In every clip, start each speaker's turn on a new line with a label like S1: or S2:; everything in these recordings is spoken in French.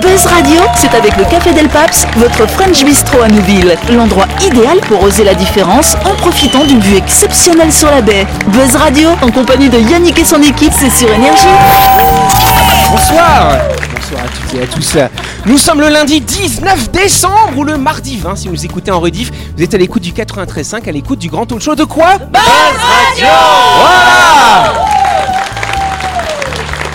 S1: Buzz Radio, c'est avec le Café Del Paps, votre French Bistro à Nouville. L'endroit idéal pour oser la différence en profitant d'une vue exceptionnelle sur la baie. Buzz Radio, en compagnie de Yannick et son équipe, c'est sur Énergie.
S2: Bonsoir Bonsoir à toutes et à tous. Nous sommes le lundi 19 décembre ou le mardi 20 si vous nous écoutez en rediff. Vous êtes à l'écoute du 93.5, à l'écoute du grand talk show de quoi Buzz Radio Voilà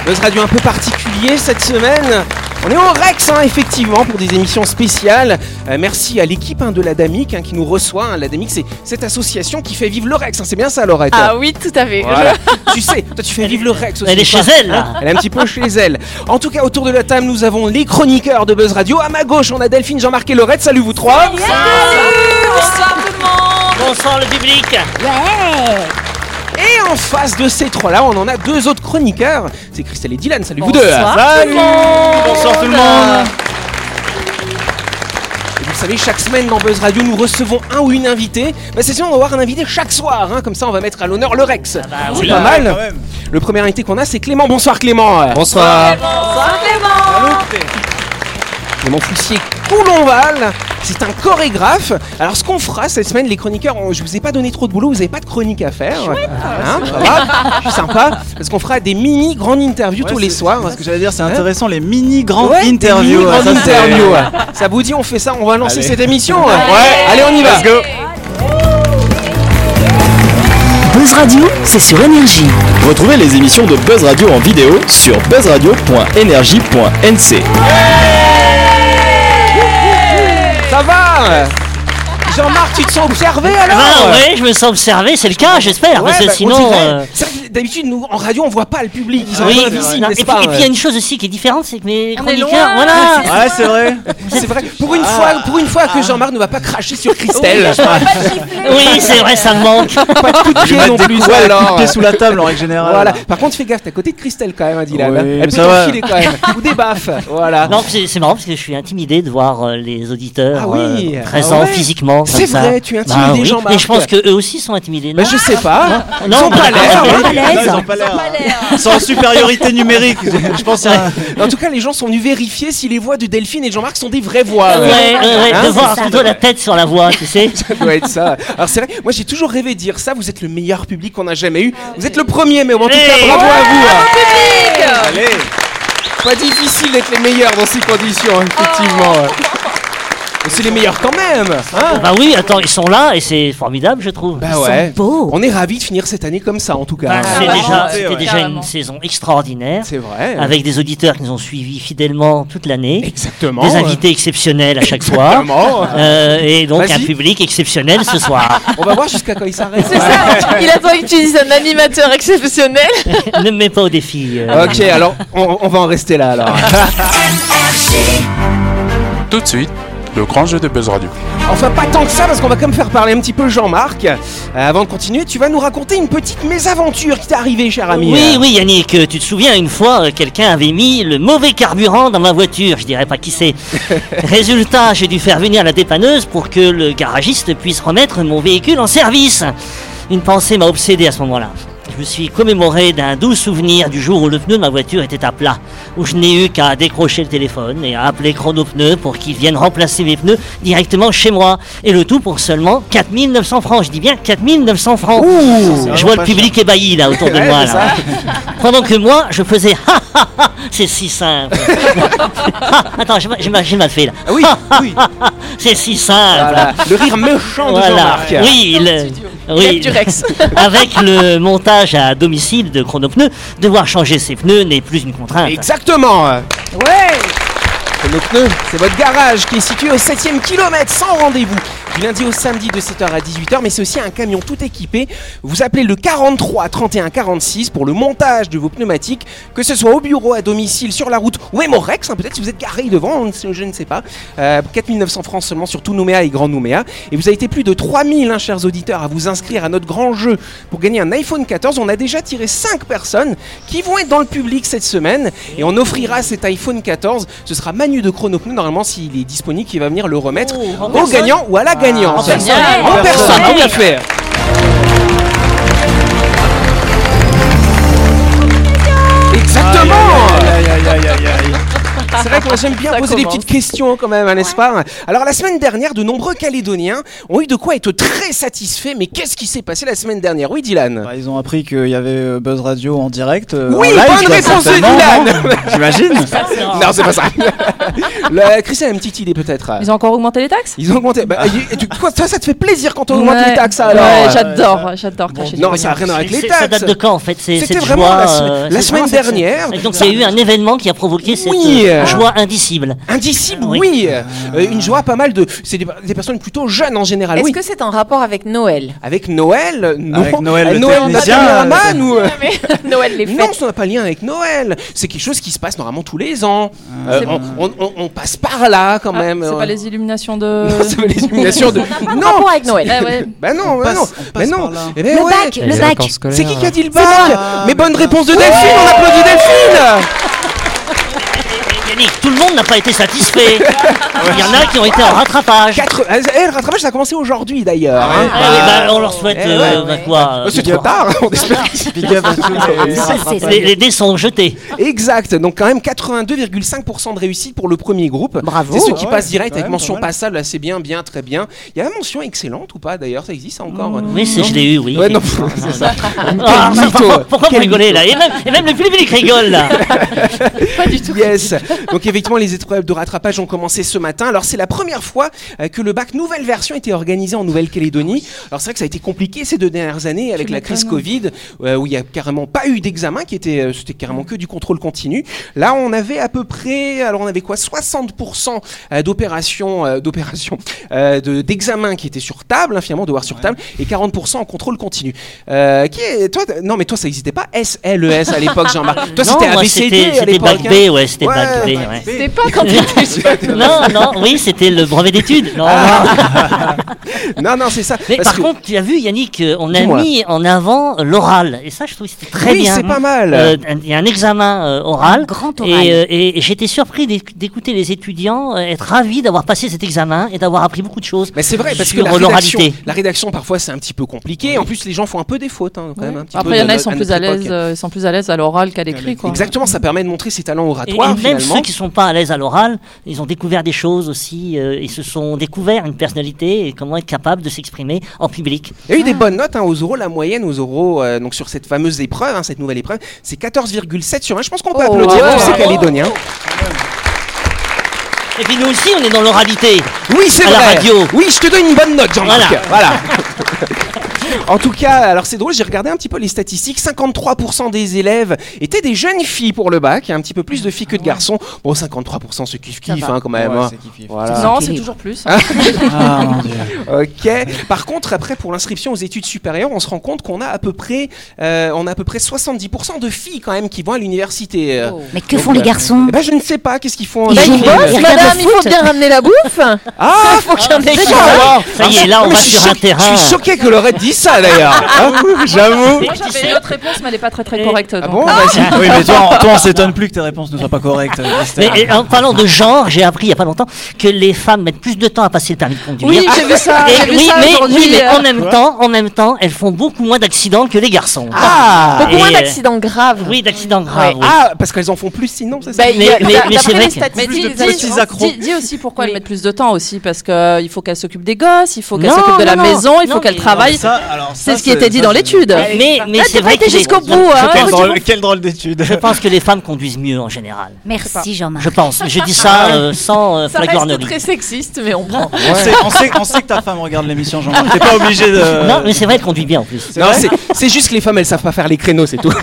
S2: Buzz Radio un peu particulier cette semaine. On est au Rex, hein, effectivement, pour des émissions spéciales. Euh, merci à l'équipe hein, de la DAMIC hein, qui nous reçoit. La DAMIC, c'est cette association qui fait vivre le Rex. hein. C'est bien ça, Laurette
S3: Ah oui, tout à fait.
S2: Voilà. tu sais, toi tu fais vivre le Rex aussi.
S4: Elle est
S2: pas
S4: chez elle, là.
S2: Hein Elle est un petit peu chez elle. En tout cas, autour de la table, nous avons les chroniqueurs de Buzz Radio. À ma gauche, on a Delphine, Jean-Marc et Laurette. Salut vous trois.
S4: Bonsoir le public
S2: Et en face de ces trois-là, on en a deux autres chroniqueurs. C'est Christelle et Dylan. Salut vous deux.
S3: Salut
S4: Bonsoir tout le monde
S2: Et Vous savez, chaque semaine dans Buzz Radio, nous recevons un ou une invitée. Bah, c'est sûr, on va avoir un invité chaque soir. hein. Comme ça, on va mettre à l'honneur le Rex. c'est
S4: oui,
S2: pas
S4: là,
S2: mal. Le premier invité qu'on a, c'est Clément. Bonsoir Clément.
S5: Bonsoir.
S2: Clément Foussier Coulonval. C'est un chorégraphe. Alors, ce qu'on fera cette semaine, les chroniqueurs, on- je vous ai pas donné trop de boulot, vous n'avez pas de chronique à faire. Hein, ça va Je suis sympa. Parce qu'on fera des mini grandes interviews tous les soirs. Hein
S5: Ce que j'allais dire, c'est intéressant, les mini grandes
S2: Ouais, des
S5: interviews.
S2: mini grandes
S5: ça, c'est-
S2: interviews. Ça vous dit, on fait ça, on va lancer
S5: Allez.
S2: cette émission. Ouais. Allez, on y va.
S1: Buzz Radio, c'est sur Énergie.
S6: Retrouvez les émissions de Buzz Radio en vidéo sur buzzradio.energie.nc.
S2: Ça va. Jean-Marc, tu te sens observé alors
S4: Bah ouais, je me sens observé, c'est le cas, j'espère,
S2: Ah, Ouais,
S4: parce que
S2: bah, on
S4: sinon...
S2: dirait-
S4: euh,
S2: c'est vrai que D'habitude, nous, en radio, on voit pas le public. Ils sont
S4: Oui,
S2: un peu invisibles,
S4: non, et
S2: n'est-ce
S4: puis et
S2: pas,
S4: puis il y a
S2: ouais.
S4: une chose aussi qui est différente, c'est que mes
S3: On est
S4: chroniqueurs,
S3: loin.
S2: Ah,
S4: voilà,
S5: Ouais, c'est vrai.
S2: C'est vrai.
S4: Ah.
S2: Pour une fois, pour une fois que Jean-Marc ne va pas cracher sur Christelle.
S4: oui c'est vrai, ça me manque.
S2: pas de coup de pied
S5: Ouais,
S2: non
S5: des
S2: plus.
S5: coups, ouais,
S2: alors.
S5: coups de pied sous la table en règle générale.
S2: Voilà.
S4: Ah.
S2: Par contre, fais gaffe, t'es à côté de Christelle quand même, hein, Dylan.
S5: Oui, mais
S2: Elle peut
S5: ça va.
S2: t'enfiler quand même. Ou des baffes. Voilà.
S4: Non, c'est c'est marrant parce que je suis intimidé de voir euh, les auditeurs
S2: Ah oui,
S4: euh, présents
S2: ah ouais.
S4: physiquement. comme
S2: C'est
S4: ça.
S2: vrai, tu es
S4: Bah
S2: intimidé,
S4: oui,
S2: Jean-Marc.
S4: Et je pense que eux aussi sont intimidés.
S2: Bah,
S4: non
S2: je sais pas. Ils
S4: Non,
S2: ont
S4: bah,
S2: pas l'air.
S4: ils ont pas
S2: hein.
S4: l'air.
S5: ils ont pas l'air. Sans supériorité numérique. Je pense qu'il y a un-
S2: En tout cas, les gens sont venus vérifier si les voix de Delphine et de Jean-Marc sont des vraies voix.
S4: Ouais, ouais, ouais,
S2: Hein,
S4: de
S2: c'est
S4: voir
S2: ça.
S4: plutôt la tête sur la voix, tu sais.
S2: Ça doit être ça. Alors c'est vrai, moi j'ai toujours rêvé de dire ça, vous êtes le meilleur public qu'on a jamais eu. Vous êtes le premier, mais en tout cas,
S4: Hey.
S2: bravo à vous. hein.
S5: Allez.
S2: Pas difficile d'être les meilleurs dans ces conditions, effectivement.
S4: Oh.
S2: Mais c'est les meilleurs quand même. hein.
S4: Bah oui, attends, ils sont là et c'est formidable, je trouve.
S2: Bah
S4: Ils sont
S2: ouais.
S4: beaux.
S2: On est ravis de finir cette année comme ça, en tout cas.
S4: Bah, c'est
S3: ouais.
S4: déjà,
S3: Ouais,
S4: c'était
S5: ouais.
S4: déjà
S3: Carrément.
S4: une saison extraordinaire,
S2: C'est vrai.
S4: avec des auditeurs qui nous ont suivis fidèlement toute l'année,
S2: Exactement.
S4: des invités exceptionnels à chaque fois,
S2: Exactement.
S4: euh, et donc un
S2: Vas-y.
S4: public exceptionnel ce soir.
S2: On va voir jusqu'à quand il s'arrête.
S3: C'est ça. Il attend que tu dises un animateur exceptionnel.
S4: ne me mets pas au défi. euh,
S2: Ok, alors on, on va en rester là alors.
S7: Tout de suite, le grand jeu de Buzz Radio.
S2: Enfin, pas tant que ça, parce qu'on va quand même faire parler un petit peu Jean-Marc. Euh, avant de continuer, tu vas nous raconter une petite mésaventure qui t'est arrivée, cher ami. hein.
S4: Oui, oui, Yannick, euh, tu te souviens, une fois, euh, quelqu'un avait mis le mauvais carburant dans ma voiture. Je dirais pas qui c'est. Résultat, j'ai dû faire venir la dépanneuse pour que le garagiste puisse remettre mon véhicule en service. Une pensée m'a obsédé à ce moment-là. Je me suis commémoré d'un doux souvenir du jour où le pneu de ma voiture était à plat, où je n'ai eu qu'à décrocher le téléphone et à appeler Chronopneu pour qu'ils viennent remplacer mes pneus directement chez moi. Et le tout pour seulement 4900 francs. Je dis bien 4900 francs. Oh. je vois le public ébahi là autour de
S2: Ouais,
S4: moi.
S2: c'est
S4: là.
S2: ça.
S4: Pendant que moi, je faisais ha ha ha, c'est si simple. Ah, Attends, j'ai mal- j'ai mal, j'ai mal fait là.
S2: Ah oui, oui.
S4: C'est si simple.
S2: Voilà. Le rire méchant de
S4: Voilà.
S2: Jean-Marc.
S4: Oui, il- oui.
S3: Du Rex.
S4: Avec le montage à domicile de Chronopneu, devoir changer ses pneus n'est plus une contrainte.
S2: Exactement.
S3: Ouais.
S2: Chronopneu, c'est votre garage qui est situé au 7ème kilomètre sans rendez-vous. Du lundi au samedi de 7h à 18h, mais c'est aussi un camion tout équipé. Vous appelez le 43 31 46 pour le montage de vos pneumatiques, que ce soit au bureau, à domicile, sur la route ou même au Rex, hein, peut-être si vous êtes garé devant, on ne sait- je ne sais pas. Euh, 4900 francs seulement sur tout Nouméa et Grand Nouméa. Et vous avez été plus de 3000, hein, chers auditeurs, à vous inscrire à notre grand jeu pour gagner un iPhone 14. On a déjà tiré 5 personnes qui vont être dans le public cette semaine et on offrira cet iPhone 14. Ce sera Manu de Chronopneu, normalement, s'il est disponible, qui va venir le remettre
S4: Oh,
S2: au gagnant ou à la gagnante.
S4: Ah, en personne.
S2: En personne,
S4: Ouais.
S2: tout à fait. Exactement
S5: Aïe, aïe, aïe, aïe, aïe.
S2: C'est vrai que moi j'aime bien
S3: Ça
S2: poser des
S3: commence.
S2: petites questions quand même, hein, n'est-ce pas Alors la semaine dernière, de nombreux Calédoniens ont eu de quoi être très satisfaits, mais qu'est-ce qui s'est passé la semaine dernière Oui Dylan
S5: Bah, ils ont appris qu'il y avait euh, Buzz Radio en direct. euh,
S2: Oui,
S5: en live,
S2: bonne
S5: quoi,
S2: réponse de
S5: certainement,
S2: Dylan.
S5: non
S4: hein.
S5: J'imagine.
S2: Non, c'est pas ça La, Christelle a une petite idée peut-être
S8: Ils ont encore augmenté les taxes
S2: Ils ont augmenté. Bah, et tu- quoi, ça, ça te fait plaisir quand on augmente
S8: Ouais.
S2: les taxes alors
S8: Ouais,
S5: euh,
S8: j'adore, j'adore cracher
S2: Non,
S8: sur
S2: mais
S8: les
S2: ça n'a rien à voir avec les
S4: C'est-
S2: taxes.
S4: Ça date de quand en fait C'est-
S2: C'était
S4: cette
S2: vraiment
S4: joie,
S2: la, se-
S4: euh,
S2: la
S4: cette-
S2: semaine dernière.
S4: Donc il y a eu un événement qui a provoqué cette
S2: Oui.
S4: euh, joie indicible.
S2: Indicible, oui.
S4: Ah, Oui.
S2: Euh, une joie pas mal de. C'est des, des personnes plutôt jeunes en général.
S3: Est-ce
S2: Oui.
S3: que c'est en rapport avec Noël
S2: Avec Noël, euh, non.
S5: Avec Noël, le
S2: Noël
S5: technicien,
S2: Panorama,
S5: euh,
S2: nous.
S3: Noël les
S2: Non,
S3: fêtes.
S2: ça n'a pas lien avec Noël. C'est quelque chose qui se passe normalement tous les ans. Euh,
S8: c'est
S2: on, on- on- on passe par là quand
S8: Ah,
S2: même.
S8: C'est
S2: Euh,
S8: pas les illuminations de.
S2: Non, c'est pas les illuminations de.
S3: En
S2: Non.
S3: rapport avec Noël.
S8: Ah ouais.
S2: Bah non, bah
S5: passe-
S2: non.
S5: on passe
S2: Bah non.
S5: par là.
S2: Eh ben
S8: Le
S2: ouais.
S8: bac, le
S9: Les
S8: bac.
S9: vacances scolaires.
S2: C'est qui qui a dit le
S8: C'est
S2: bac
S5: moi.
S2: Mais bonne
S5: Ah,
S2: réponse de Delphine, on applaudit Delphine
S4: Yannick, tout le monde n'a pas été satisfait. Il y en a qui ont été en rattrapage.
S2: Quatre... Eh, le rattrapage, ça a commencé aujourd'hui d'ailleurs.
S5: Ah ouais.
S2: hein.
S4: Ah oui, bah, on leur souhaite
S2: Eh
S4: euh,
S2: ouais.
S4: bah, quoi
S2: Euh, C'est
S4: euh,
S2: trop tard, on espère.
S5: Big up à tous
S8: Ah,
S5: les-
S4: les, les dés sont jetés.
S2: Exact, donc quand même 82,5% de réussite pour le premier groupe.
S4: Bravo.
S2: C'est ceux qui
S5: Ah ouais,
S2: passent direct
S5: quand
S2: avec
S5: même,
S2: mention
S5: pas mal.
S2: passable, là c'est bien, bien, très bien. Il y a la mention excellente ou pas d'ailleurs, ça existe ça, encore
S4: Oui, c'est- je l'ai eu, oui.
S2: Ouais, non, c'est ça.
S4: Ah,
S2: Quel mytho.
S4: pourquoi- pourquoi vous
S2: Quel
S4: rigolez là et même, et même le public rigole là.
S2: Yes. Donc effectivement, les épreuves de rattrapage ont commencé ce matin. Alors c'est la première fois euh, que le bac nouvelle version était organisé en Nouvelle-Calédonie. Alors c'est vrai que ça a été compliqué ces deux dernières années avec la crise Covid, euh, où il y a carrément pas eu d'examen, qui était euh, c'était carrément que du contrôle continu. Là, on avait à peu près, alors on avait quoi, 60% euh, d'opérations, euh, d'opérations, euh, de- d'examens qui étaient sur table, hein, finalement, devoirs sur table, et 40% en contrôle continu. Euh, qui est, toi, t- non mais toi ça n'existait pas SLES à l'époque, Jean-Marc. Toi
S4: non,
S2: c'était
S4: moi,
S2: ABCD
S4: c'était
S2: à
S4: c'était
S2: l'époque.
S4: bac
S2: hein.
S4: B, ouais, c'était
S2: Ouais,
S4: bac B.
S5: bac
S4: ouais.
S5: B.
S3: C'est pas quand t'étais jeune.
S4: Non, non, oui, c'était le brevet d'études. Non,
S2: Ah.
S4: non.
S2: Non, non, c'est ça.
S4: Mais
S2: Parce
S4: par
S2: que-
S4: contre, tu as vu, Yannick, euh, on a
S2: Dis-moi.
S4: mis en avant euh, l'oral. Et ça, je trouve que c'était très
S2: oui,
S4: bien.
S2: c'est pas mal.
S4: Euh, un- Il y a un examen euh, oral.
S8: grand
S4: Et, euh, et- et j'étais surpris d'éc- d'écouter les étudiants euh, être ravis d'avoir passé cet examen et d'avoir appris beaucoup de choses.
S2: mais c'est vrai, parce que
S4: sur
S2: la
S4: l'oralité.
S2: rédaction, la rédaction, parfois, c'est un petit peu compliqué. En plus, les gens font un peu des fautes, hein, quand même. un petit peu
S8: Après, il y en
S2: de-
S8: a, ils
S2: de-
S8: sont
S2: à
S8: plus
S2: notre
S8: à l'aise,
S2: époque.
S8: euh, ils sont plus à l'aise à l'oral qu'à l'écrit, quoi.
S2: Exactement, ça permet de montrer ses talents
S4: Et, et
S2: oratoires,
S4: même
S2: finalement.
S4: ceux qui sont pas à l'aise à l'oral, ils ont découvert des choses aussi. euh, ils se sont découverts une personnalité et comment être capable de s'exprimer en public.
S2: Il
S8: Ah.
S2: y a eu des bonnes notes hein, aux oraux. La moyenne aux oraux, euh, donc sur cette fameuse épreuve, hein, cette nouvelle épreuve, c'est 14,7 sur 1. Je pense qu'on peut
S8: Oh,
S2: applaudir
S8: ouais,
S2: tous ces
S8: bravo.
S2: Calédoniens.
S4: Et puis nous aussi, on est dans l'oralité.
S2: Oui, c'est
S4: À la
S2: vrai.
S4: radio.
S2: Oui, je te donne une bonne note, Jean-Marc. Voilà.
S4: Voilà.
S2: en tout cas, alors c'est drôle, j'ai regardé un petit peu les statistiques. 53% des élèves étaient des jeunes filles pour le bac, et un petit peu plus de filles que
S4: Ah
S2: de garçons. Bon, 53%, c'est kiff-kiff hein, quand même.
S5: Ouais,
S2: hein.
S5: c'est kiffé.
S2: Voilà.
S8: Non, c'est toujours plus.
S5: Ah, mon Dieu.
S2: Ok. Par contre, après, pour l'inscription aux études supérieures, on se rend compte qu'on a à peu près, euh, on a à peu près 70% de filles quand même qui vont à l'université. euh.
S10: Mais que
S2: Donc,
S10: font les
S2: euh,
S10: garçons
S2: Eh ben, je ne sais pas, qu'est-ce qu'ils font.
S10: Oh. Ils
S3: Bah,
S2: euh,
S10: jouent
S3: il
S2: filles,
S10: pas,
S2: euh.
S10: ils
S3: bosse,
S10: regardent
S3: madame,
S10: le
S3: il faut
S10: foot.
S3: bien ramener la bouffe.
S2: Ah,
S3: Faut qu'il y en ait qui-
S4: Ça y est, là, on
S2: Mais
S4: va
S2: Ah, je suis
S4: sur un
S2: choqué-
S4: terrain. Ah,
S2: Je suis choqué que l'aurait dit ça d'ailleurs. Hein, J'avoue.
S8: Moi, j'avais une autre réponse, mais elle est pas très très
S4: Et-
S8: correcte.
S2: Ah
S8: donc.
S2: bon, vas-y.
S5: Oui, mais toi, on- toi, on s'étonne plus que tes réponses ne soient pas correctes. euh,
S4: Mais
S5: Esther.
S4: euh, en parlant de genre, j'ai appris il y a pas longtemps que les femmes mettent plus de temps à passer le permis de conduire.
S8: Oui, j'ai vu ça.
S4: Et
S8: Ah, J'ai vu
S4: oui,
S8: ça
S4: mais,
S8: aujourd'hui.
S4: oui, mais
S8: euh,
S4: en même temps, en même temps, elles font beaucoup moins d'accidents que les garçons.
S2: Ah,
S3: Beaucoup moins
S4: Et, euh,
S3: d'accidents graves.
S4: Oui, d'accidents graves. oui.
S2: ah, parce qu'elles en font plus sinon, c'est ça
S3: Bah, il y a-
S4: Mais- mais- mais
S3: d'après
S4: c'est vrai
S3: les
S4: que-
S3: statistiques,
S8: Mais dis,
S5: de
S8: dis-
S5: petits
S8: dis-
S5: accros.
S8: dis aussi pourquoi
S3: Oui.
S8: elles mettent plus de temps aussi parce que euh, il faut qu'elles s'occupent des gosses, il faut qu'elles
S4: Non,
S8: s'occupent de la
S4: non, non.
S8: maison, Ah, bah, il
S4: Non,
S8: faut qu'elles
S4: mais-
S8: travaillent.
S5: Ça, alors,
S8: C'est
S5: ça,
S8: ce qui était dit
S5: ça,
S8: dans
S5: c'est-
S8: l'étude.
S4: Mais, mais
S3: Là,
S4: c'est
S3: t'es
S4: vrai
S3: prêté
S4: que les-
S3: jusqu'au bout, hein.
S5: Quelle
S3: Faut que tu-
S5: drôle, quelle drôle d'étude.
S4: je pense que les femmes conduisent mieux en général.
S10: Merci Jean-Marc.
S4: Je pense. Je dis ça euh, sans euh,
S8: Ah, Ça reste
S4: flagornerie.
S8: très sexiste, mais on prend.
S5: On, sait, on, sait, on sait que ta femme regarde l'émission, Jean-Marc. T'es pas obligé de.
S4: Non, mais c'est vrai, elle conduit bien en plus.
S2: Non, Euh, c'est- c'est juste que les femmes, elles savent pas faire les créneaux, c'est tout.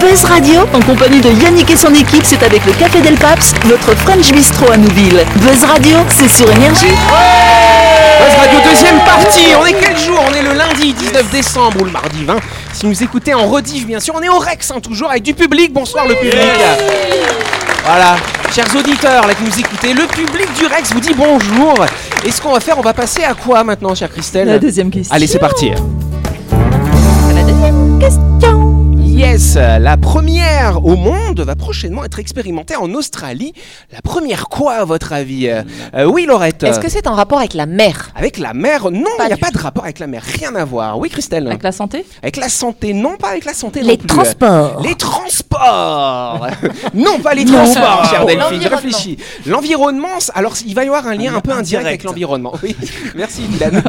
S1: Buzz Radio, en compagnie de Yannick et son équipe, c'est avec le Café Del Paps, votre French Bistro à Nouville. Buzz Radio, c'est sur Énergie.
S2: Buzz Radio, deuxième partie. On est quel jour On est le lundi 19 décembre ou le mardi 20. Si vous écoutez en rediff, bien sûr, on est au Rex, hein, toujours avec du public. Bonsoir, le public. Voilà. Chers auditeurs, là, qui nous écoutez, le public du Rex vous dit bonjour. Et ce qu'on va faire, on va passer à quoi maintenant, chère Christelle
S8: deuxième question.
S2: Allez, c'est parti.
S8: La deuxième question.
S2: Yes, Express, la première au monde, va prochainement être expérimentée en Australie. La première quoi, à votre avis Euh, euh, Oui, Laurette
S3: Est-ce que c'est en rapport avec la mer
S2: Avec la mer Non,
S3: Pas
S2: il n'y a
S3: du
S2: pas de rapport avec la mer, rien à voir. Oui, Christelle
S8: Avec la santé
S2: Avec la santé Non, pas avec la santé non
S3: Les
S2: plus.
S3: transports
S2: Les transports Non, pas les transports, cher Delphine, je
S3: L'environnement.
S2: réfléchis. L'environnement, c- alors il va y avoir un lien un peu indirect avec
S5: indirect.
S2: l'environnement. Oui, merci Dylan.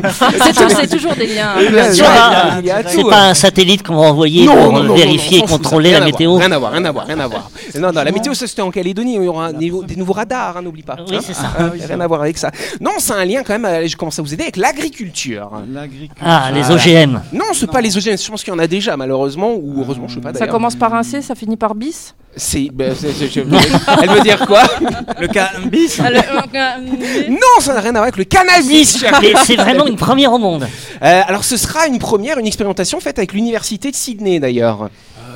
S8: C'est tout- c'est toujours des liens. hein.
S2: Il y a-
S4: C'est pas,
S2: il y a tout,
S4: c'est
S2: hein.
S4: pas un satellite qu'on va envoyer
S2: Non,
S4: pour
S2: non,
S4: euh,
S2: non, non,
S4: vérifier
S2: non,
S4: et
S2: franchement,
S4: contrôler
S2: ça,
S4: la
S2: rien à voir,
S4: météo.
S2: Rien à voir, rien à voir, rien à voir. Non, non, la météo, ça c'était en Calédonie, il y aura un niveau- des nouveaux radars, hein, n'oublie pas.
S4: Oui,
S2: Hein
S4: c'est ça.
S2: Ah, Rien à voir avec ça. Non, c'est un lien quand même, euh, je commence à vous aider, avec l'agriculture.
S5: L'agriculture.
S4: Ah, les OGM.
S2: Non, c'est pas les OGM, je pense qu'il y en a déjà malheureusement, ou heureusement, je sais pas
S8: Ça
S2: d'ailleurs.
S8: commence par un C, ça finit par bis.
S2: C'est, bah, c'est- c'est- je- Elle veut dire quoi
S5: Le cannabis.
S2: Non, ça n'a rien à voir avec le cannabis, Ah, cher
S4: Mais c'est vraiment une première au monde.
S2: Euh, alors ce sera une première, une expérimentation faite avec l'université de Sydney d'ailleurs.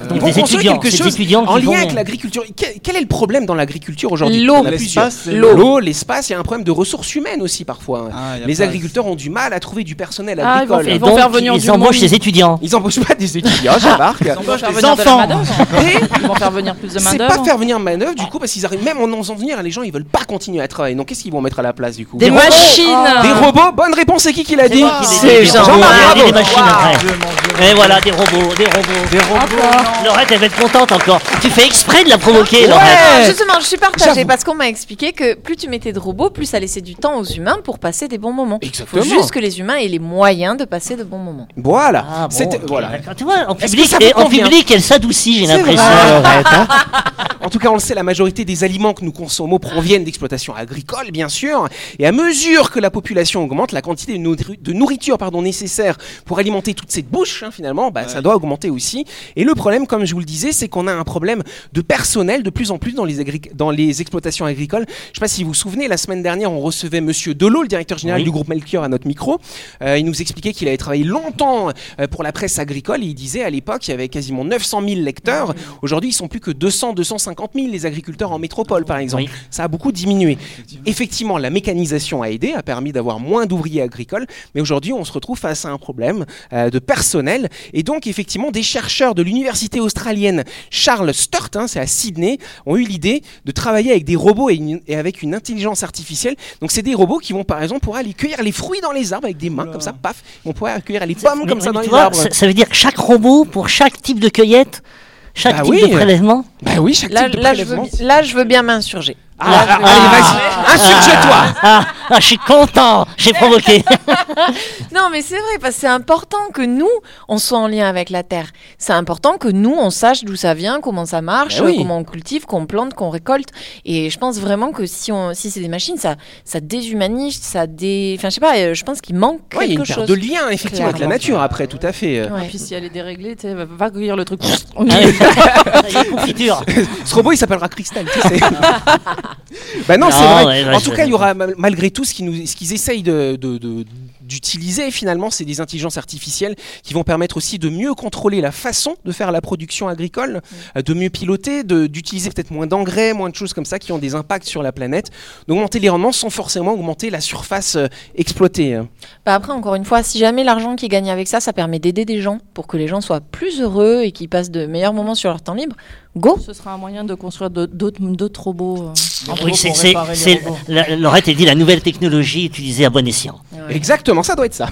S4: Donc
S2: Ils vont
S4: Euh, des
S2: construire
S4: étudiants, c'est des étudiants
S2: en
S4: qui
S2: lien
S4: vont-
S2: avec l'agriculture. Que- Quel est le problème dans l'agriculture aujourd'hui
S8: L'eau.
S2: Il y en a plusieurs.
S5: L'espace.
S4: euh,
S5: c'est-
S2: L'eau, l'espace, il y a un problème de ressources humaines aussi parfois.
S5: Ah, y a
S2: Les
S5: pas-
S2: agriculteurs ont du mal à trouver du personnel
S8: Ah, ils vont
S2: agricole.
S8: faire-
S4: Et
S8: Ils vont
S4: donc,
S8: venir du
S4: ils embauchent
S8: monde.
S4: des étudiants.
S2: Ils embauchent pas des étudiants, j'embarque.
S8: Ils vont faire
S5: les
S8: venir de la
S5: enfants.
S8: main-d'œuvre.
S2: Et
S8: Ils vont faire venir plus de
S2: c'est pas
S8: main-d'œuvre.
S2: faire venir manœuvre du coup parce qu'ils arrivent même en en venir les gens ils veulent pas continuer à travailler. Donc qu'est-ce qu'ils vont mettre à la place du coup
S3: Des
S2: robots.
S3: machines
S2: oh. Des robots. Bonne réponse, c'est qui qui l'a dit
S4: moi qui l'ai dit.
S2: C'est
S4: Jean.
S2: Jean-Marc
S4: Il a dit
S2: Bravo.
S4: des machines après.
S5: Dieu, mon Dieu.
S4: Et voilà, des robots, des robots.
S5: Des robots.
S4: Laurette, elle va être contente encore. Tu fais exprès de la provoquer, Laurette.
S3: Ah, Justement, je suis partagée
S2: J'avoue.
S3: parce qu'on m'a expliqué que plus tu mettais de robots, plus ça laissait du temps aux humains pour passer des bons moments.
S2: Exactement.
S3: Faut juste que les humains aient les moyens de passer de bons moments.
S2: Voilà.
S4: Ah, bon,
S2: C'était-
S4: ok,
S2: voilà.
S4: d'accord. Tu vois, en
S2: Est-ce que
S4: public,
S2: ça vous
S4: et en
S2: convient
S4: public, elle s'adoucit, j'ai
S2: C'est
S4: l'impression. hein.
S2: vrai. Ah, En tout cas, on le sait, la majorité des aliments que nous consommons proviennent d'exploitations agricoles, bien sûr. Et à mesure que la population augmente, la quantité de, nourri- de nourriture pardon, nécessaire pour alimenter toute cette bouche, hein, finalement, bah, ça doit augmenter aussi. Et le problème, comme je vous le disais, c'est qu'on a un problème de personnel de plus en plus dans les, agri- dans les exploitations agricoles. Je ne sais pas si vous vous souvenez, la semaine dernière, on recevait Monsieur Delot, le directeur général
S4: Oui.
S2: du groupe Melchior, à notre micro. Euh, il nous expliquait qu'il avait travaillé longtemps euh, pour la presse agricole. Et il disait à l'époque, il y avait quasiment 900 000 lecteurs. Aujourd'hui, ils sont plus que 200, 250 000 les agriculteurs en métropole, par exemple.
S4: Oui.
S2: Ça a beaucoup diminué. Effectivement, la mécanisation a aidé, a permis d'avoir moins d'ouvriers agricoles. Mais aujourd'hui, on se retrouve face à un problème euh, de personnel. Et donc, effectivement, des chercheurs de l'université australienne Charles Sturt, hein, c'est à Sydney, ont eu l'idée de travailler avec des robots et, une- et avec une intelligence artificielle. Donc, c'est des robots qui vont, par exemple, pouvoir aller cueillir les fruits dans les arbres avec des mains, comme ça, paf. On pourrait cueillir les pommes
S4: Mais-
S2: comme ça
S4: mais
S2: dans
S4: tu
S2: les
S4: vois,
S2: arbres.
S4: ça, ça veut dire que chaque robot, pour chaque type de cueillette, chaque
S2: Bah
S4: type
S2: oui.
S4: de prélèvement.
S2: Bah oui, chaque
S3: Là,
S2: type de
S3: là, je, veux,
S2: prélèvement.
S3: bi- là, je veux bien m'insurger.
S2: Ah, ah, allez, vas-y, insurge-toi.
S4: Ah, ah, je suis content, j'ai provoqué.
S3: Non, mais c'est vrai, parce que c'est important que nous, on soit en lien avec la terre. C'est important que nous, on sache d'où ça vient, comment ça marche,
S2: Ben oui.
S3: euh, comment on cultive, qu'on plante, qu'on récolte. Et je pense vraiment que si, on, si c'est des machines, ça, ça déshumanise, ça dé... Enfin, je sais pas, euh, je pense qu'il manque
S2: Ouais, il y a
S3: quelque
S2: une perte
S3: chose.
S2: de lien effectivement avec la
S3: Clairement.
S2: nature après, tout à fait. Euh,
S3: Ouais.
S8: Puis si elle est déréglée, tu sais, va- va cueillir le truc.
S4: Ah oui. Il y a une confiture.
S2: Ce robot il s'appellera Crystal, tu sais. bah non, c'est
S4: Non,
S2: vrai.
S4: ouais, ouais,
S2: en tout
S4: je-
S2: cas, il y aura mal- malgré tout ce qu'ils nous- ce qu'ils essayent de. de- de- d'utiliser finalement c'est des intelligences artificielles qui vont permettre aussi de mieux contrôler la façon de faire la production agricole euh, de mieux piloter de- d'utiliser peut-être moins d'engrais moins de choses comme ça qui ont des impacts sur la planète d'augmenter les rendements sans forcément augmenter la surface euh, exploitée euh.
S3: Bah après, encore une fois, si jamais l'argent qui est gagné avec ça, ça permet d'aider des gens pour que les gens soient plus heureux et qu'ils passent de meilleurs moments sur leur temps libre, go
S8: Ce sera un moyen de construire de- d'autres d'autres robots. euh.
S4: Ah Oui, c'est, c'est, c'est- la- Laurette, elle dit la nouvelle technologie utilisée à bon escient.
S2: exactement ça doit être ça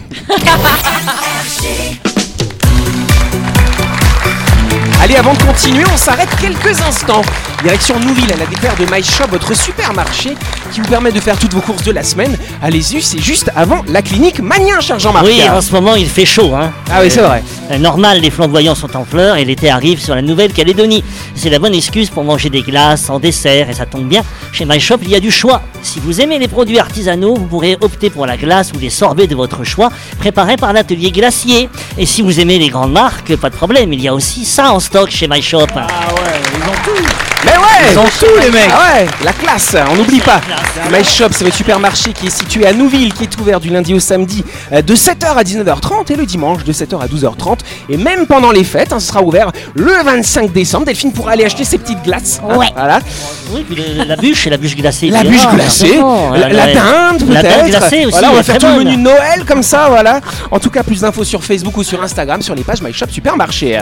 S2: Allez, avant de continuer, on s'arrête quelques instants. Direction Nouville, à la déclare de My Shop, votre supermarché qui vous permet de faire toutes vos courses de la semaine. Allez-y, c'est juste avant la clinique Magnien, cher Jean-Marc.
S4: Oui, en ce moment, il fait chaud. Hein.
S2: Ah oui, c'est vrai.
S4: Euh, Normal, les flamboyants sont en fleurs et l'été arrive sur la Nouvelle-Calédonie. C'est la bonne excuse pour manger des glaces en dessert et ça tombe bien. Chez MyShop, il y a du choix. Si vous aimez les produits artisanaux, vous pourrez opter pour la glace ou les sorbets de votre choix préparés par l'atelier glacier. Et si vous aimez les grandes marques, pas de problème, il y a aussi ça en stock chez MyShop.
S5: Ah ouais, ils ont tout.
S2: Mais ouais
S5: Ils sont tous les mecs.
S2: Ah ouais, la classe, on n'oublie pas.
S4: classe.
S2: My Shop, c'est votre supermarché qui est situé à Nouville, qui est ouvert du lundi au samedi euh, de 7h à 19h30 et le dimanche de 7h à 12h30. Et même pendant les fêtes, hein, ce sera ouvert le 25 décembre. Delphine pourra aller acheter ses petites glaces. hein,
S4: Ouais.
S2: Voilà.
S4: Oui, puis le- la bûche, la bûche glacée.
S2: La bûche
S4: évidemment,
S2: glacée,
S4: forcément.
S2: Euh, la, la dinde peut-être.
S4: Oh, La dinde glacée aussi,
S2: Voilà, on
S4: elle
S2: va
S4: est
S2: faire
S4: très
S2: tout le
S4: bonne.
S2: menu de Noël comme ça, voilà. En tout cas, plus d'infos sur Facebook ou sur Instagram, sur les pages My Shop Supermarché.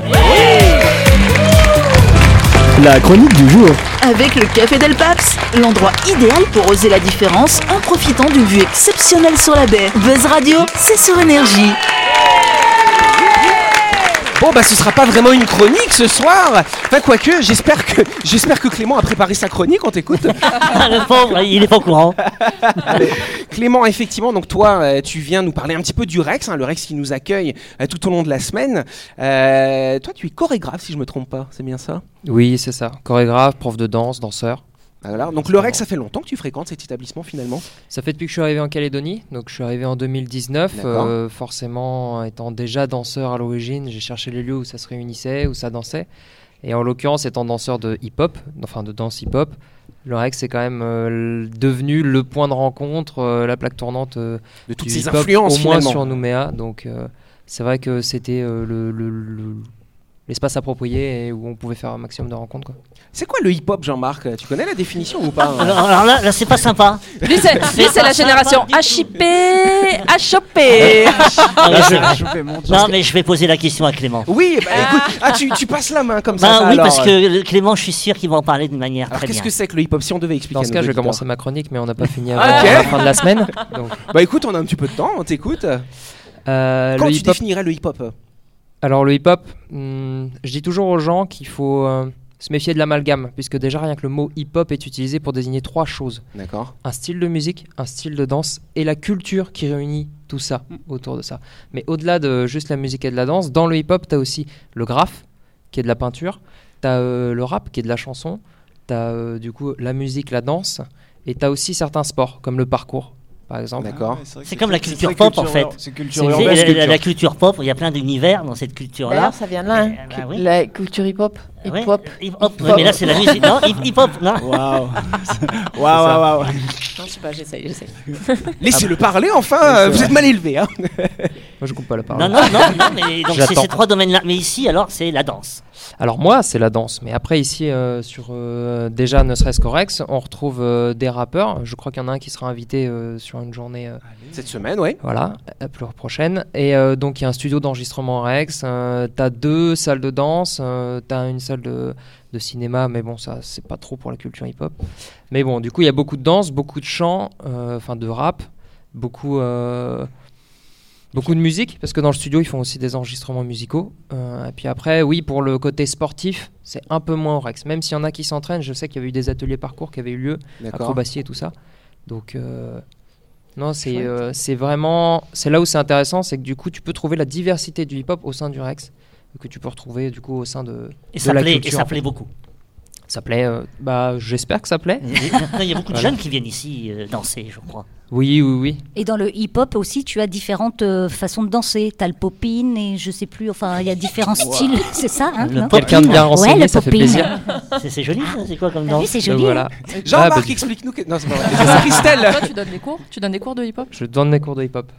S6: La chronique du jour.
S1: Avec le Café Del Paps, l'endroit idéal pour oser la différence en profitant d'une vue exceptionnelle sur la baie. Buzz Radio, c'est sur énergie.
S2: Bon bah ce sera pas vraiment une chronique ce soir. Enfin quoique, j'espère que j'espère que Clément a préparé sa chronique, on t'écoute.
S4: Ah, le pauvre, il est pas au courant.
S2: Clément, effectivement, donc toi euh, tu viens nous parler un petit peu du Rex, hein, le Rex qui nous accueille euh, tout au long de la semaine. Euh, toi tu es chorégraphe si je me trompe pas, c'est bien ça
S9: Oui, c'est ça. Chorégraphe, prof de danse, danseur.
S2: Bah, Voilà. Donc le Rex, ça fait longtemps que tu fréquentes cet établissement finalement.
S9: Ça fait depuis que je suis arrivé en Calédonie, donc je suis arrivé en 2019.
S2: D'accord.
S9: Euh, forcément, étant déjà danseur à l'origine, j'ai cherché les lieux où ça se réunissait, où ça dansait. Et en l'occurrence, étant danseur de hip-hop, enfin de danse hip-hop, le Rex est quand même euh, devenu le point de rencontre, euh, la plaque tournante euh,
S2: De toutes
S9: du
S2: ces
S9: hip-hop,
S2: influences
S9: au moins
S2: finalement.
S9: sur Nouméa. Donc euh, c'est vrai que c'était euh, le- le- le- l'espace approprié et où on pouvait faire un maximum de rencontres. quoi.
S2: C'est quoi le hip-hop, Jean-Marc Tu connais la définition ou pas hein
S4: Alors, alors là, là c'est pas sympa.
S8: Lui, c'est lui, c'est la génération HIP, HOP.
S4: Ah,
S5: Là,
S4: oui, c'est
S5: je
S4: vrai.
S5: je fais mon
S4: non, mais je vais poser la question à Clément.
S2: Oui,
S9: euh,
S2: bah, écoute, ah, tu, tu passes la main comme ça.
S4: Bah
S2: ça,
S4: oui,
S2: alors,
S4: parce
S2: euh.
S4: que euh, Clément, je suis sûr qu'il va en parler de manière
S2: Alors
S4: très
S2: qu'est-ce
S4: bien.
S2: que c'est que le hip-hop Si on devait expliquer.
S9: Dans ce
S2: à
S9: cas,
S2: nos
S9: je vais
S2: auditeurs.
S9: commencer ma chronique, mais on n'a pas fini avant
S2: Ok.
S9: la fin de la semaine. Donc,
S2: Bah écoute, on a un petit peu de temps, on t'écoute.
S9: euh,
S2: Quand
S9: le
S2: tu
S9: hip-hop
S2: définirais le hip-hop
S9: Alors le hip-hop, hmm, je dis toujours aux gens qu'il faut euh, se méfier de l'amalgame, puisque déjà rien que le mot hip-hop est utilisé pour désigner trois choses.
S2: D'accord.
S9: Un style de musique, un style de danse et la culture qui réunit tout ça autour de ça. Mais au-delà de juste la musique et de la danse, dans le hip-hop, t'as aussi le graphe, qui est de la peinture, t'as euh, le rap, qui est de la chanson, t'as euh, du coup la musique, la danse, et t'as aussi certains sports, comme le parcours, par exemple.
S2: D'accord.
S4: C'est comme la culture pop, en fait.
S5: C'est
S4: C'est-
S5: culture
S4: c'est-
S5: urbaine.
S4: la, la-
S5: culture.
S4: la culture pop, il y a plein d'univers dans cette culture-là.
S3: D'ailleurs, ça vient de là, hein.
S4: Eh, bah oui.
S3: la culture hip-hop,
S4: Ouais,
S3: hip-hop.
S4: hip-hop, ouais, mais là c'est la musique. Non, hip- hip-hop, non.
S5: Waouh. Waouh, waouh, waouh.
S3: Non, je sais pas, j'essaye, j'essaye.
S9: Ah.
S2: Laissez-le parler enfin, euh, vous êtes mal élevé. Hein.
S9: Moi, je coupe pas la parole.
S4: Non, non, non, non, mais donc c'est
S9: J'attends.
S4: ces trois domaines-là. Mais ici, alors, c'est la danse.
S9: Alors moi, c'est la danse. Mais après, ici, euh, sur euh, déjà ne serait-ce qu'Orex, on retrouve euh, des rappeurs. Je crois qu'il y en a un qui sera invité euh, sur une journée, euh,
S2: Cette semaine, ouais.
S9: voilà, la plus prochaine. Et euh, donc, il y a un studio d'enregistrement Orex. Euh, t'as deux salles de danse, euh, t'as une salle de, de cinéma, mais bon, ça, c'est pas trop pour la culture hip-hop. Mais bon, du coup, il y a beaucoup de danse, beaucoup de chant, euh, enfin de rap, beaucoup... euh, Beaucoup de musique, parce que dans le studio, ils font aussi des enregistrements musicaux. Euh, et puis après, oui, pour le côté sportif, c'est un peu moins au Rex. Même s'il y en a qui s'entraînent, je sais qu'il y avait eu des ateliers parcours qui avaient eu lieu,
S2: D'accord.
S9: acrobatie et tout ça. Donc, euh, non, c'est euh, c'est vraiment. C'est là où c'est intéressant, c'est que du coup, tu peux trouver la diversité du hip-hop au sein du Rex, que tu peux retrouver du coup au sein de.
S4: Et
S9: de
S4: ça
S9: la
S4: plaît, et
S9: culture,
S4: ça
S9: en
S4: plaît beaucoup.
S9: Ça plaît euh, Bah, j'espère que ça plaît.
S4: Il y a- il y a beaucoup de
S9: Voilà.
S4: jeunes qui viennent ici euh, danser, je crois.
S9: Oui, oui, oui.
S10: Et dans le hip-hop aussi, tu as différentes euh, façons de danser. T'as le popping et je sais plus, enfin, il y a différents styles, c'est ça
S9: Ah,
S10: hein,
S4: Le
S10: non
S4: pop-
S9: Quelqu'un de bien renseigné,
S10: le
S9: ça fait
S10: popping.
S9: plaisir.
S4: C'est c'est joli, ça, c'est quoi comme
S10: T'as vu,
S4: danse
S10: c'est
S9: Donc
S10: joli. hein.
S9: voilà. Ah, bah,
S2: Jean-Marc,
S9: du-
S2: explique-nous. que- Non, c'est pas vrai. C'est Christelle.
S8: Toi, tu donnes des cours Tu donnes des cours de hip-hop
S9: Je donne mes cours de hip-hop.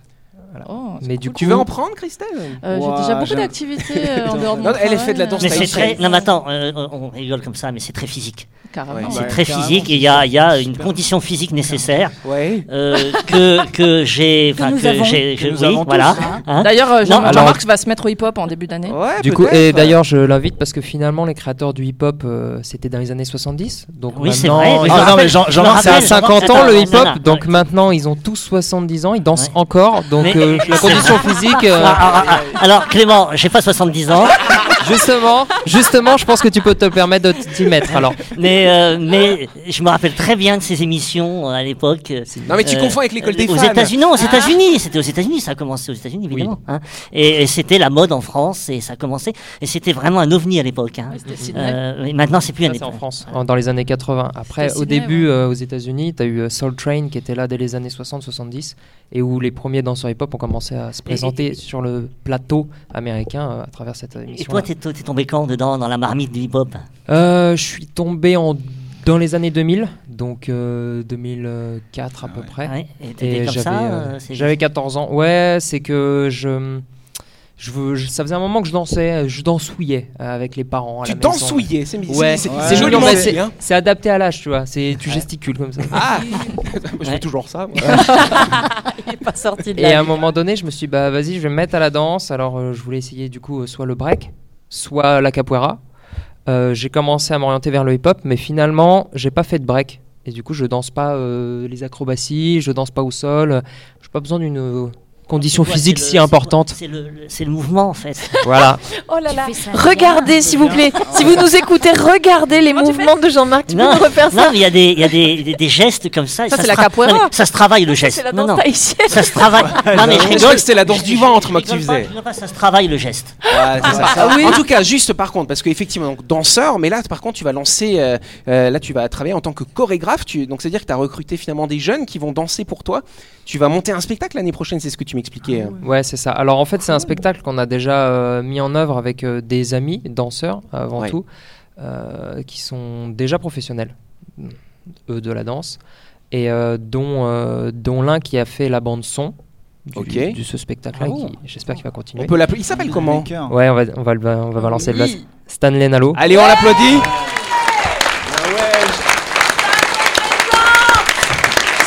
S8: Oh, c'est
S9: Mais du
S8: cool.
S9: coup,
S2: Tu veux en prendre, Christelle
S8: Euh, J'ai
S5: Ouah,
S8: déjà beaucoup
S5: j'aime.
S8: d'activités euh, en dehors de mon
S2: Non, elle, elle fait de la
S8: travail, euh,
S4: mais
S2: danse
S4: c'est
S2: Style
S4: très.
S2: shake.
S4: Non, mais attends, euh, on on rigole comme ça, mais c'est très physique.
S8: euh, Carrément.
S2: Ouais.
S4: C'est
S5: Ouais,
S4: très
S5: carrément,
S4: physique et il y a, il y a une condition physique nécessaire
S2: Ouais.
S4: euh, que, que j'ai.
S10: Que
S4: enfin,
S10: nous avons.
S4: j'ai.
S5: Que
S4: je-
S5: nous
S4: oui,
S5: avons tous,
S4: voilà.
S10: hein.
S4: Hein
S8: D'ailleurs, euh, Jean-
S4: Non,
S9: alors-
S8: Jean-Marc va se mettre au hip-hop en début d'année.
S2: Ouais,
S9: Du coup,
S2: peut-être.
S9: et d'ailleurs, je l'invite parce que finalement, les créateurs du hip-hop, euh, c'était dans les années 70. Donc
S4: Oui, c'est
S9: maintenant,
S4: vrai, mais
S9: ils-
S4: je me
S5: Ah non,
S4: rappelle,
S5: mais Jean-
S4: je me
S5: Jean-Marc,
S9: c'est à
S4: rappelle,
S9: 50 ans
S4: Jean-Marc,
S9: le
S4: attends,
S9: hip-hop,
S4: attends,
S9: donc euh,
S4: ouais.
S9: maintenant ils ont tous 70 ans, ils dansent
S4: Ouais.
S9: encore, donc
S4: Mais-
S9: euh, la condition physique. euh,
S4: Ah, ah, ah, ah. Alors, Clément, j'ai pas 70 ans,
S9: justement, justement, je pense que tu peux te permettre de t- t'y mettre. Alors,
S4: mais, euh, mais je me rappelle très bien de ces émissions euh, à l'époque.
S2: Non, mais tu
S4: Euh,
S2: confonds avec l'école des
S4: aux
S2: fans.
S4: États-Unis, non, aux États-Unis, c'était aux États-Unis, ça a commencé aux États-Unis évidemment. hein. Et, et c'était la mode en France et ça a commencé et c'était vraiment un ovni à l'époque. hein.
S8: C'était Sydney.
S4: Euh, mais maintenant c'est plus
S9: ça,
S4: un
S9: c'est en
S4: ovni.
S9: France, en- dans les années 80. Après,
S8: C'était
S9: au
S8: Sydney,
S9: début, euh, aux États-Unis, tu as eu euh, Soul Train qui était là dès les années 60-70 et où les premiers danseurs hip-hop ont commencé à se présenter sur le plateau américain euh, à travers cette
S4: Et
S9: émission.
S4: toi, t'es- T'es t'es tombé quand dedans, dans la marmite du hip-hop
S9: Euh, je suis tombé en dans les années 2000, donc euh, 2004 à peu près.
S4: Ah Ouais, et t'étais comme
S9: j'avais,
S4: ça,
S9: euh,
S4: euh, c'est-
S9: j'avais 14 ans. Ouais, c'est que je, je, veux- je- ça faisait un moment que je dansais, je dansouillais euh, avec les parents. À
S2: Tu
S9: la maison.
S2: dansouillais, c'est- c'est-
S9: ouais.
S2: c'est-
S9: Ouais.
S2: c'est joliment
S9: Non, mais
S2: dit,
S9: c'est,
S2: hein.
S9: c'est adapté à l'âge, tu vois. C'est tu gesticules comme ça.
S2: Ah Je fais toujours ça. moi.
S3: Il est pas sorti de
S9: Et euh, à
S3: là.
S9: un moment donné, je me suis dit, bah vas-y, je vais me mettre à la danse. Alors, euh, je voulais essayer du coup euh, soit le break, soit la capoeira. Euh, j'ai commencé à m'orienter vers le hip-hop, mais finalement, j'ai pas fait de break. Et du coup, je danse pas euh, les acrobaties, je danse pas au sol. J'ai pas besoin d'une euh, condition
S4: C'est quoi,
S9: physique
S4: c'est le-
S9: si
S4: c'est quoi
S9: importante.
S4: C'est le, le- c'est le mouvement en fait.
S9: Voilà.
S3: Oh là là.
S10: fais ça
S3: Regardez, s'il vous plaît. Si vous nous écoutez, regardez les mouvements de Jean-Marc. Tu peux
S4: Non,
S3: nous refaire
S4: non,
S3: ça
S4: mais il y a, des, il y a des, des, des gestes comme ça. et
S3: Ça,
S4: se
S3: c'est la
S4: tra-
S3: capoeira.
S4: non, mais ça se travaille le geste.
S3: C'est la
S4: non,
S3: danse
S4: non.
S3: haïtienne.
S4: Ça se travaille. non, mais je
S2: Je
S4: rigole.
S2: crois que c'était la danse du ventre, moi, que tu
S4: rigole pas,
S2: faisais.
S4: je rigole pas, ça se travaille le geste.
S2: Ah, c'est ça. En tout cas, juste par contre, parce qu'effectivement, donc, danseur, mais là, par contre, tu vas lancer, euh, euh, là, tu vas travailler en tant que chorégraphe. Tu, donc, c'est-à-dire que tu as recruté finalement des jeunes qui vont danser pour toi. Tu vas monter un spectacle l'année prochaine, c'est ce que tu m'expliquais.
S4: Ah
S2: euh.
S9: Ouais, c'est ça. Alors en fait,
S2: Ah.
S9: c'est un spectacle qu'on a déjà euh, mis en œuvre avec euh, des amis danseurs avant
S2: Ouais.
S9: tout, euh, qui sont déjà professionnels, eux de la danse, et euh, dont euh, dont l'un qui a fait la bande son du,
S2: Ok.
S9: de ce spectacle. là
S2: Ah bon
S9: J'espère qu'il va
S2: On
S9: continuer.
S2: peut l'appeler. Il s'appelle comment
S9: Ouais, on va on va le- on va balancer le blast. Stanley Nalo.
S2: Allez, on l'applaudit.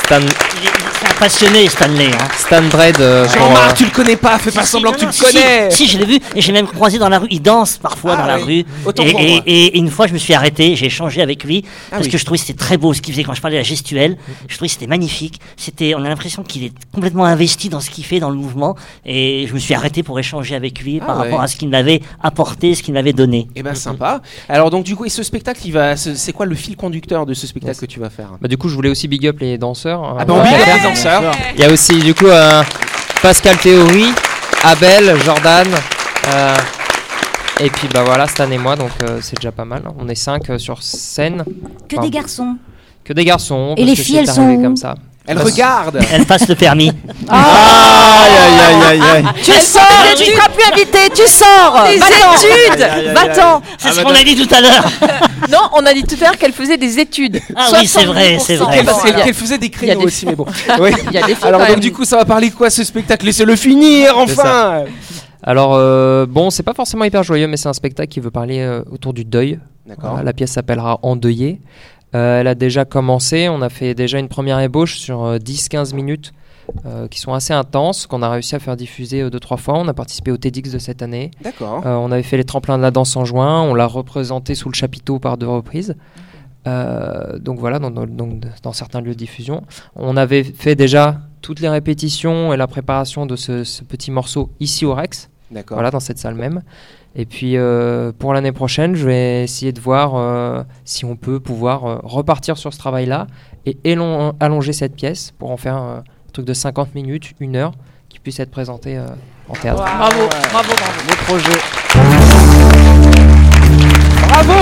S9: Stan
S4: Il est- il- C'est un passionné Stanley. Hein.
S9: Stan Dredd. euh, pour,
S2: Jean-Marc,
S9: euh,
S2: tu le connais pas, fais pas
S4: Si, si,
S2: semblant
S4: non,
S2: que tu
S4: non,
S2: le
S4: si,
S2: connais.
S4: Si, si, je l'ai vu. Et j'ai même croisé dans la rue. Il danse parfois
S2: Ah
S4: dans la
S2: oui.
S4: rue.
S2: Autant
S4: et,
S2: pour moi.
S4: et- et une fois, je me suis arrêté. J'ai échangé avec lui
S2: Ah
S4: parce
S2: oui.
S4: que je trouvais que c'était très beau ce qu'il faisait. Quand je parlais de la gestuelle, je trouvais que c'était magnifique. C'était, on a l'impression qu'il est complètement investi dans ce qu'il fait, dans le mouvement. Et je me suis arrêté pour échanger avec lui
S2: Ah
S4: par
S2: ouais.
S4: rapport à ce qu'il m'avait apporté, ce qu'il m'avait donné.
S2: Eh ben sympa. Alors donc du coup, et ce spectacle, il va, ce- c'est quoi le fil conducteur de ce spectacle que tu vas faire
S9: Bah, du coup, je voulais aussi big up les danseurs.
S2: Ah
S9: euh,
S2: ben on fait les danseurs.
S9: Il y a aussi du coup euh, Pascal Théory, Abel, Jordan. euh, et puis bah voilà, Stan et moi, donc euh, c'est déjà pas mal. On est 5 sur scène.
S10: Que
S9: Enfin,
S10: des garçons.
S9: Que des garçons.
S10: Et
S9: parce
S10: les
S9: que
S10: filles,
S9: c'est
S10: elles
S9: arrivé
S10: sont
S9: comme
S10: où
S9: ça.
S2: Elle regarde.
S4: Elle passe le permis.
S2: Ah
S5: Aïe, aïe, aïe, aïe,
S4: Ah,
S5: aïe.
S3: Tu sors Tu ne seras plus invité, tu sors Des études Va-t'en
S4: C'est
S2: bah
S4: ce qu'on a dit tout à l'heure.
S3: Non, on a dit tout à l'heure qu'elle faisait des études.
S4: Ah oui, c'est vrai, c'est
S3: 70%.
S4: vrai.
S2: Qu'elle
S3: Bon,
S2: qu'elle-
S3: alors.
S2: qu'elle faisait des
S3: il y a
S2: créneaux
S3: des-
S2: aussi, mais bon. Oui.
S3: Il y a des filles
S2: Alors
S3: quand
S2: donc
S3: même.
S2: du coup, ça va parler de quoi ce spectacle Laissez-le finir
S9: C'est
S2: enfin.
S9: Alors euh, bon, c'est pas forcément hyper joyeux, mais c'est un spectacle qui veut parler euh, autour du deuil.
S2: D'accord.
S9: Voilà, la pièce s'appellera Endeuillé. Euh, elle a déjà commencé, on a fait déjà une première ébauche sur euh, 10-15 minutes euh, qui sont assez intenses, qu'on a réussi à faire diffuser 2 deux trois fois. On a participé au TEDx de cette année.
S2: D'accord.
S9: Euh, on avait fait les tremplins de la danse en juin, on l'a représenté sous le chapiteau par deux reprises. Euh, donc voilà, dans, dans- donc dans certains lieux de diffusion. On avait fait déjà toutes les répétitions et la préparation de ce, ce petit morceau ici au Rex,
S2: D'accord.
S9: voilà, dans cette salle même. Et puis euh, pour l'année prochaine, je vais essayer de voir euh, si on peut pouvoir euh, repartir sur ce travail-là et élon- allonger cette pièce pour en faire euh, un truc de 50 minutes, une heure, qui puisse être présenté euh, en théâtre.
S3: Bravo, bravo, bravo.
S2: Beau projet. Bravo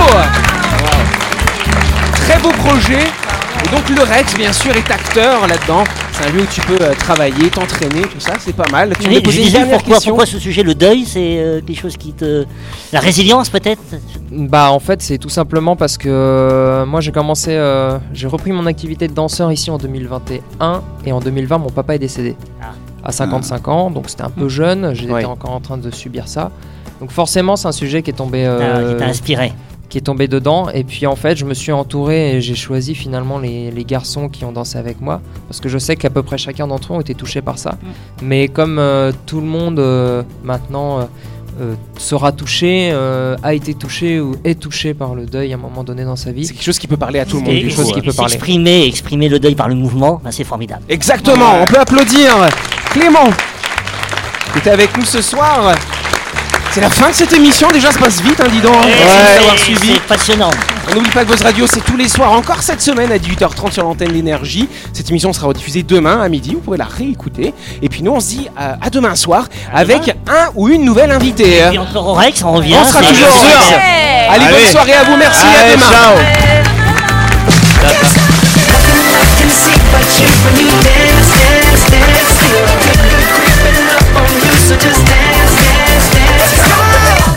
S2: Très beau projet. Et donc le Rex, bien sûr, est acteur là-dedans. C'est un lieu où tu peux euh, travailler, t'entraîner, tout ça. C'est pas mal. Tu
S4: Oui, je
S2: me posais une
S4: disais
S2: dernière
S4: pourquoi,
S2: question.
S4: pourquoi ce sujet, le deuil, c'est euh, quelque chose qui te. La résilience peut-être
S9: Bah en fait c'est tout simplement parce que euh, moi j'ai commencé, euh, j'ai repris mon activité de danseur ici en 2021 et en 2020 mon papa est décédé
S4: Ah. Mm.
S9: à 55 ans donc c'était un peu jeune, j'étais
S2: Ouais.
S9: encore en train de subir ça donc forcément c'est un sujet qui est tombé
S4: Ah,
S9: euh,
S4: qui t'a inspiré.
S9: qui est tombé dedans. Et puis en fait, je me suis entouré et j'ai choisi finalement les, les garçons qui ont dansé avec moi. Parce que je sais qu'à peu près chacun d'entre eux ont été touchés par ça. Mais comme euh, tout le monde euh, maintenant euh, euh, sera touché, euh, a été touché ou est touché par le deuil à un moment donné dans sa vie.
S2: C'est quelque chose qui peut parler à tout le monde.
S4: Et,
S2: du
S4: et
S2: coup.
S9: chose qui
S4: s'ex-
S9: peut parler.
S4: s'exprimer, exprimer le deuil par le mouvement, ben, c'est formidable.
S2: Exactement. On peut applaudir Clément. qui était avec nous ce soir. C'est la fin de cette émission. Déjà, ça passe vite, hein, dis donc. hein. Merci de nous
S4: C'est-
S2: avoir suivis.
S4: C'est passionnant.
S2: On n'oublie pas que Buzz Radio, c'est tous les soirs, encore cette semaine à 18h30 sur l'antenne d'énergie. Cette émission sera rediffusée demain à midi, vous pourrez la réécouter. Et puis nous, on se dit euh, à demain soir avec un ou une nouvelle invitée.
S4: Et encore au Rex, on revient.
S2: hein. On sera
S4: c'est-
S2: toujours au
S4: c'est-
S2: Rex. Allez,
S5: Allez.
S2: bonne soirée à vous, merci, à
S5: Allez,
S2: demain.
S5: ciao.
S1: Just dance, dance, dance.